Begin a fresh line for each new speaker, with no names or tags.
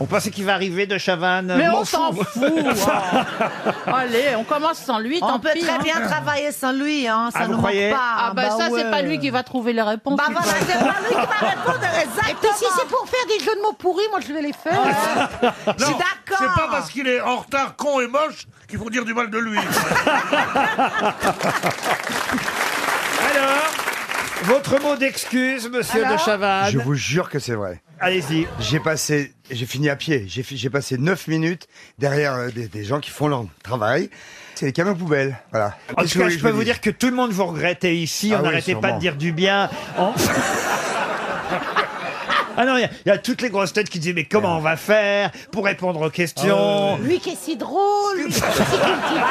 On pensait qu'il va arriver de Chavannes. euh,
Mais
M'en
on s'en
fous.
fout. oh. Allez, on commence sans lui,
On
tant
peut
pis,
très
hein.
bien travailler sans lui, hein, ça
Ah, vous
nous
croyez
manque pas.
Ah
ben,
bah, ça, c'est
ouais.
pas lui qui va trouver les réponses.
Bah voilà, c'est pas lui qui va répondre exactement.
Et puis si c'est pour faire des jeux de mots pourris, moi je vais les faire.
Ah.
Je suis
Non,
d'accord.
C'est pas parce qu'il est en retard, con et moche qu'il faut dire du mal de lui.
Alors, votre mot d'excuse, monsieur de Chavannes.
Je vous jure que c'est vrai.
Allez-y.
J'ai passé, j'ai fini à pied. J'ai fi- j'ai passé 9 minutes derrière euh, des, des gens qui font leur travail. C'est les camions poubelles. Voilà.
En
Qu'est-ce
tout cas,
que voulez
je
que
peux
vous
vous
dise
dire que tout le monde vous regrettait ici.
Ah
on
oui,
n'arrêtait pas
sûrement.
de dire du bien. On- ah non, il y a- il y, a toutes les grosses têtes qui disaient mais comment on va
Ah
faire pour répondre aux questions
Lui qui est si drôle, lui qui est si cultivé.